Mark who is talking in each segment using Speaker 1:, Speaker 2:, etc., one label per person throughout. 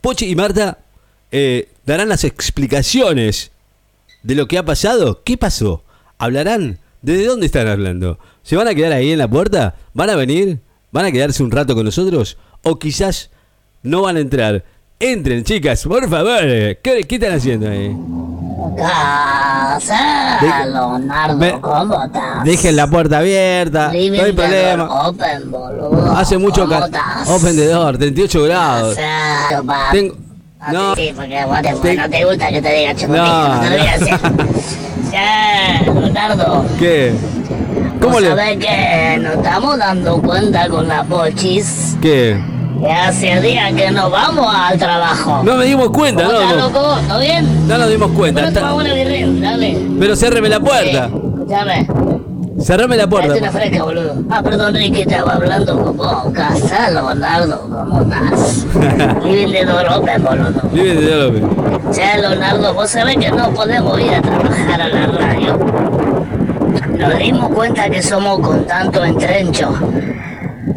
Speaker 1: Pochi y Marta eh, darán las explicaciones de lo que ha pasado. ¿Qué pasó? ¿Hablarán? ¿Desde dónde están hablando? ¿Se van a quedar ahí en la puerta? ¿Van a venir? ¿Van a quedarse un rato con nosotros? ¿O quizás no van a entrar? Entren, chicas, por favor. ¿Qué, qué están haciendo ahí?
Speaker 2: Casalo, Nardo,
Speaker 1: Ve-
Speaker 2: ¿cómo estás?
Speaker 1: Dejen la puerta abierta,
Speaker 2: Living
Speaker 1: no hay
Speaker 2: the
Speaker 1: problema.
Speaker 2: door Open, boludo.
Speaker 1: Hace mucho
Speaker 2: ¿Cómo
Speaker 1: calor.
Speaker 2: estás?
Speaker 1: Open the door, 38 grados.
Speaker 2: Casalo, pa.
Speaker 1: Tengo.
Speaker 2: Ah,
Speaker 1: No,
Speaker 2: Sí, porque vos te,
Speaker 1: Ten-
Speaker 2: no te gusta que te diga chupapija,
Speaker 1: No,
Speaker 2: no,
Speaker 1: no.
Speaker 2: te lo voy a decir. Che, Leonardo.
Speaker 1: ¿qué? ¿Cómo
Speaker 2: ¿Vos
Speaker 1: le.?
Speaker 2: sabés que nos estamos dando cuenta con las pochis
Speaker 1: ¿Qué?
Speaker 2: que hace días que no vamos al trabajo.
Speaker 1: No me dimos cuenta,
Speaker 2: ¿Cómo
Speaker 1: no,
Speaker 2: estás,
Speaker 1: no.
Speaker 2: loco? ¿Todo bien?
Speaker 1: No nos dimos cuenta.
Speaker 2: Bueno,
Speaker 1: está-
Speaker 2: toma una birrín, dale. Eh,
Speaker 1: Pero cérreme la puerta.
Speaker 2: Sí, escúchame.
Speaker 1: Cerrame la
Speaker 2: Date una
Speaker 1: puerta.
Speaker 2: fresca, boludo. Ah, perdón, Ricky, estaba hablando con vos. Casalo, Leonardo, ¿cómo estás? Living de Dorope, boludo.
Speaker 1: Vive de López.
Speaker 2: Che, Leonardo, vos sabés que no podemos ir a trabajar a la radio. Nos dimos cuenta que somos con tanto entrencho. Con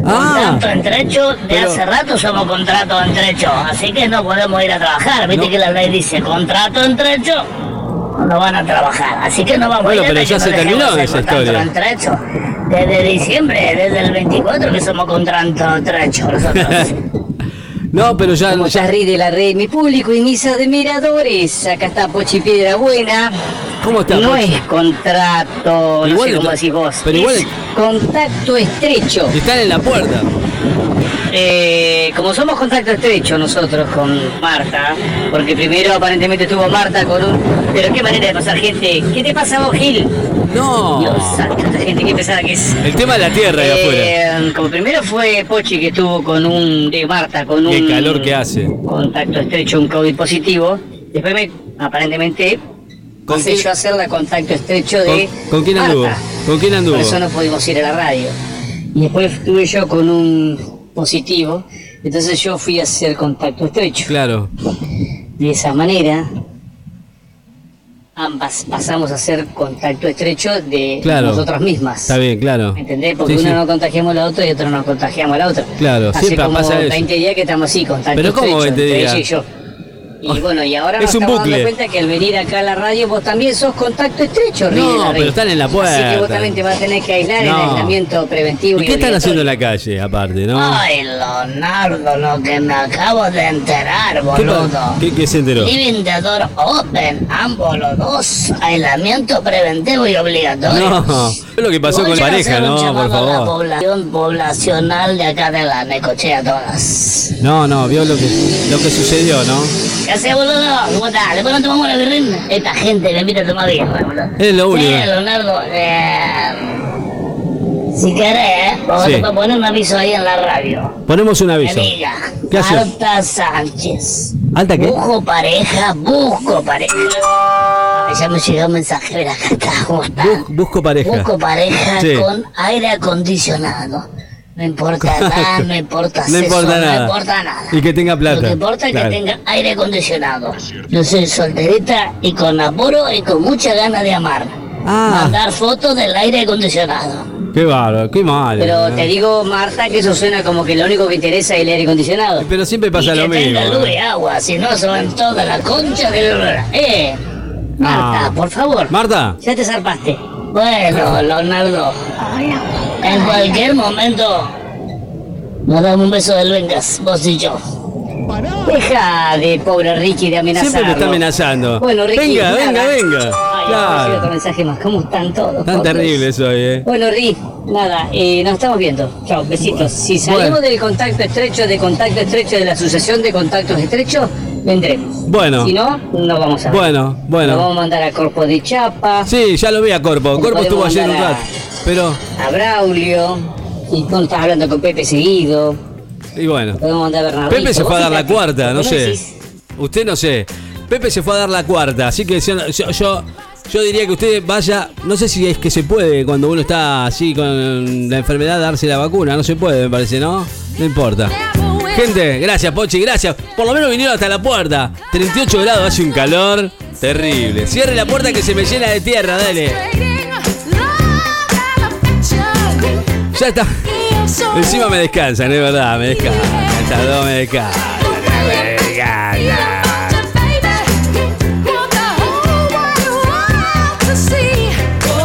Speaker 1: Ah,
Speaker 2: tanto entrecho, de
Speaker 1: pero-
Speaker 2: hace rato somos contrato entrecho, así que no podemos ir a trabajar. Viste
Speaker 1: No.
Speaker 2: que la ley dice contrato entrecho, no van a trabajar, así que no vamos
Speaker 1: Bueno,
Speaker 2: a ir
Speaker 1: pero
Speaker 2: hasta
Speaker 1: ya
Speaker 2: que
Speaker 1: se
Speaker 2: nos
Speaker 1: terminó
Speaker 2: dejemos el
Speaker 1: esa
Speaker 2: contrato
Speaker 1: historia.
Speaker 2: entrecho. Desde diciembre, desde el 24 que somos contrato entrecho nosotros.
Speaker 1: no, pero ya.
Speaker 3: Como
Speaker 1: ya-
Speaker 3: estás, rey de la red, mi público y mis admiradores? Acá está Pochi Piedra Buena.
Speaker 1: ¿Cómo está?
Speaker 3: No
Speaker 1: Pochi?
Speaker 3: es contrato, no
Speaker 1: Igual
Speaker 3: sé cómo
Speaker 1: está-
Speaker 3: decís vos.
Speaker 1: pero
Speaker 3: es
Speaker 1: igual es-
Speaker 3: contacto estrecho.
Speaker 1: Están en la puerta.
Speaker 3: Eh, como somos contacto estrecho nosotros con Marta, porque primero aparentemente estuvo Marta con un... Pero qué manera de pasar gente. ¿Qué te pasa vos, Gil? Dios
Speaker 1: No.
Speaker 3: santo, esta gente que pesada que es.
Speaker 1: El tema de la tierra ahí afuera.
Speaker 3: Eh, como primero fue Pochi que estuvo con un. de Marta, con un.
Speaker 1: Qué calor que hace.
Speaker 3: Contacto estrecho, un COVID positivo. Después me. aparentemente.
Speaker 1: ¿Con
Speaker 3: ¿Con
Speaker 1: quién-
Speaker 3: yo hacer la contacto estrecho de.
Speaker 1: ¿Con, con quién
Speaker 3: Marta.
Speaker 1: anduvo? ¿Con quién anduvo?
Speaker 3: Ah, Por eso no pudimos ir a la radio. Y después estuve yo con un positivo. Entonces yo fui a hacer contacto estrecho.
Speaker 1: Claro.
Speaker 3: De esa manera, ambas pasamos a ser contacto estrecho de
Speaker 1: Claro.
Speaker 3: nosotras mismas.
Speaker 1: Está bien, claro.
Speaker 3: ¿Me ¿Entendés? Porque
Speaker 1: Sí,
Speaker 3: uno
Speaker 1: sí.
Speaker 3: no contagiamos a la otra y otro no contagiamos a la otra.
Speaker 1: Claro,
Speaker 3: Hace
Speaker 1: siempre
Speaker 3: como
Speaker 1: pasa eso.
Speaker 3: 20 días que estamos así, contacto
Speaker 1: Pero ¿cómo
Speaker 3: estrecho
Speaker 1: 20
Speaker 3: entre
Speaker 1: días? Oh,
Speaker 3: ella y yo. Y bueno, y ahora
Speaker 1: Es
Speaker 3: nos
Speaker 1: un
Speaker 3: estamos
Speaker 1: bucle.
Speaker 3: dando cuenta que al venir acá a la radio vos también sos contacto estrecho, Río
Speaker 1: No,
Speaker 3: de la
Speaker 1: pero
Speaker 3: Red.
Speaker 1: están en la puerta.
Speaker 3: Así que vos también te vas a tener que aislar
Speaker 1: No.
Speaker 3: en aislamiento preventivo.
Speaker 1: ¿Y qué están
Speaker 3: obligatorio.
Speaker 1: haciendo en la calle, aparte, no?
Speaker 2: Ay, Leonardo, lo que me acabo de enterar,
Speaker 1: ¿Qué,
Speaker 2: boludo.
Speaker 1: pa- qué- qué se enteró?
Speaker 2: Living the door open, ambos los dos, aislamiento preventivo y obligatorio.
Speaker 1: No, es lo que pasó
Speaker 2: Voy
Speaker 1: con
Speaker 2: a
Speaker 1: la pareja,
Speaker 2: hacer un
Speaker 1: no, por
Speaker 2: llamado A la
Speaker 1: favor.
Speaker 2: población poblacional de acá de la Necochea todas.
Speaker 1: No, no, vio lo que, lo que sucedió, ¿no?
Speaker 2: ¿Qué haces, boludo? ¿Cómo estás? ¿Después no tomamos la birrín? Esta gente me invita a tomar birra, boludo.
Speaker 1: Es lo único.
Speaker 2: Sí, Leonardo, eh, si querés, vamos
Speaker 1: Sí.
Speaker 2: a poner un aviso ahí en la radio.
Speaker 1: Ponemos un
Speaker 2: Mi
Speaker 1: aviso.
Speaker 2: Amiga,
Speaker 1: ¿Qué haces?
Speaker 2: Marta Sánchez.
Speaker 1: ¿Alta qué?
Speaker 2: Busco pareja, busco pareja. Ah, Ya me llegó un mensaje, mira, acá está, ¿cómo está?
Speaker 1: Bus- busco pareja.
Speaker 2: Busco pareja
Speaker 1: Sí.
Speaker 2: con aire acondicionado. No importa nada, no importa
Speaker 1: No
Speaker 2: sexo,
Speaker 1: importa nada.
Speaker 2: No importa nada.
Speaker 1: Y que tenga plata.
Speaker 2: Lo que importa es
Speaker 1: Claro.
Speaker 2: que tenga aire acondicionado. Yo soy solterita y con apuro y con mucha ganas de amar.
Speaker 1: Ah.
Speaker 2: Mandar fotos del aire acondicionado.
Speaker 1: Qué bárbaro, qué mal. Eh,
Speaker 3: Pero te digo, Marta, que eso suena como que lo único que interesa es el aire acondicionado.
Speaker 1: Pero siempre
Speaker 2: y
Speaker 1: pasa
Speaker 2: que
Speaker 1: lo mismo. ¿eh?
Speaker 2: tenga
Speaker 1: ¿no?
Speaker 2: luz y agua, si no se van toda la concha del... Eh, Marta,
Speaker 1: Ah.
Speaker 2: por favor.
Speaker 1: Marta,
Speaker 3: Ya te zarpaste.
Speaker 2: Bueno, Leonardo, en cualquier momento nos damos un beso del Vengas, vos y yo.
Speaker 3: Deja de pobre Ricky de amenazar.
Speaker 1: siempre me está amenazando.
Speaker 3: Bueno, Ricky,
Speaker 1: venga,
Speaker 3: nada.
Speaker 1: venga, venga.
Speaker 3: Ay, recibí otro
Speaker 1: Claro.
Speaker 3: mensaje más. ¿Cómo están todos?
Speaker 1: Tan
Speaker 3: Todos.
Speaker 1: terrible soy, eh.
Speaker 3: Bueno, Rick, nada, eh, nos estamos viendo. Chao, besitos. Si salimos
Speaker 1: Bueno.
Speaker 3: del contacto estrecho, de contacto estrecho, de la asociación de contactos estrechos, vendremos.
Speaker 1: Bueno,
Speaker 3: Si no, no vamos a ver.
Speaker 1: bueno,
Speaker 3: Nos vamos
Speaker 1: bueno.
Speaker 3: a mandar a Corpo de Chapa,
Speaker 1: Sí, ya lo vi a Corpo. Corpo
Speaker 3: Podemos
Speaker 1: estuvo ayer un
Speaker 3: mandar a-
Speaker 1: rato. Pero,
Speaker 3: a Braulio, y tú no estás hablando con Pepe seguido.
Speaker 1: y bueno.
Speaker 3: Podemos mandar a Bernardito.
Speaker 1: Pepe se fue a dar la cuarta, no sé.
Speaker 3: Decís,
Speaker 1: Usted no sé. Pepe se fue a dar la cuarta, así que yo, yo- yo, yo diría que usted vaya, no sé si es que se puede cuando uno está así con la enfermedad darse la vacuna, no se puede, me parece, ¿no? No importa. Gente, gracias Pochi, gracias. Por lo menos vinieron hasta la puerta. 38 grados, hace un calor terrible. Cierre la puerta que se me llena de tierra, dale. Ya está. Encima me descansan, es verdad, me descansan. Estas dos me descansan.